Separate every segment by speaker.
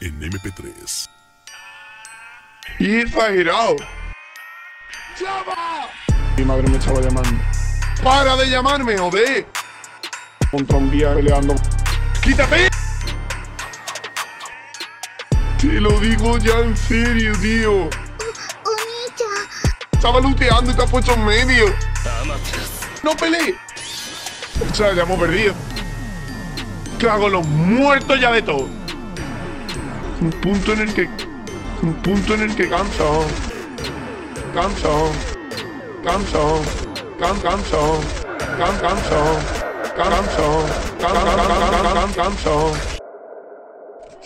Speaker 1: En MP3.
Speaker 2: ¡Y exagerado! ¡Chava! Mi madre me estaba llamando. ¡Para de llamarme, joder! Contra un día peleando. ¡Quítate! Te lo digo ya en serio, tío. Estaba luteando y te has puesto en medio. ¡No peleé! O sea, ya hemos perdido. Cago en los muertos ya de todo. Un punto en el que. Un punto en el que cansa. oh. Cansa. oh. Cansa. oh. Can, cansa. oh. Can, cansa. oh. Can, cansa. Can, can, can, can, can, cansa. oh.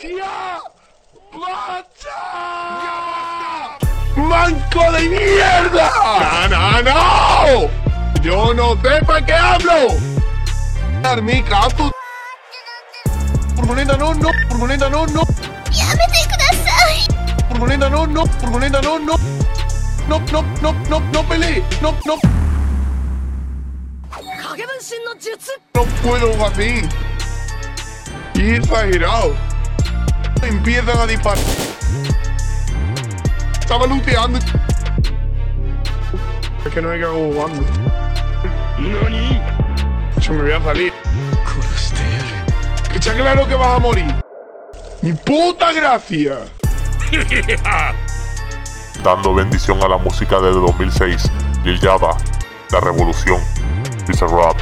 Speaker 2: ¡Ya! ¡Basta! ¡Manco de mierda! ¡No, no, no! Yo no sé para qué hablo. Mi capo. Furgoneta no, no, furgoneta no, no.
Speaker 3: やめてください
Speaker 2: Furgoneta no, no, furgoneta no, no. No, no, no, no, no peleé. No, no,
Speaker 4: 影分身の術
Speaker 2: no puedo así. Y exagerado. Empiezan a disparar. Estaba luteando. Es que no me cago jugando. Yo me voy a salir. Que Está claro que vas a morir. ¡Mi puta gracia!
Speaker 1: Dando bendición a la música desde 2006. Lil Yaba, La Revolución, Pizza Rap.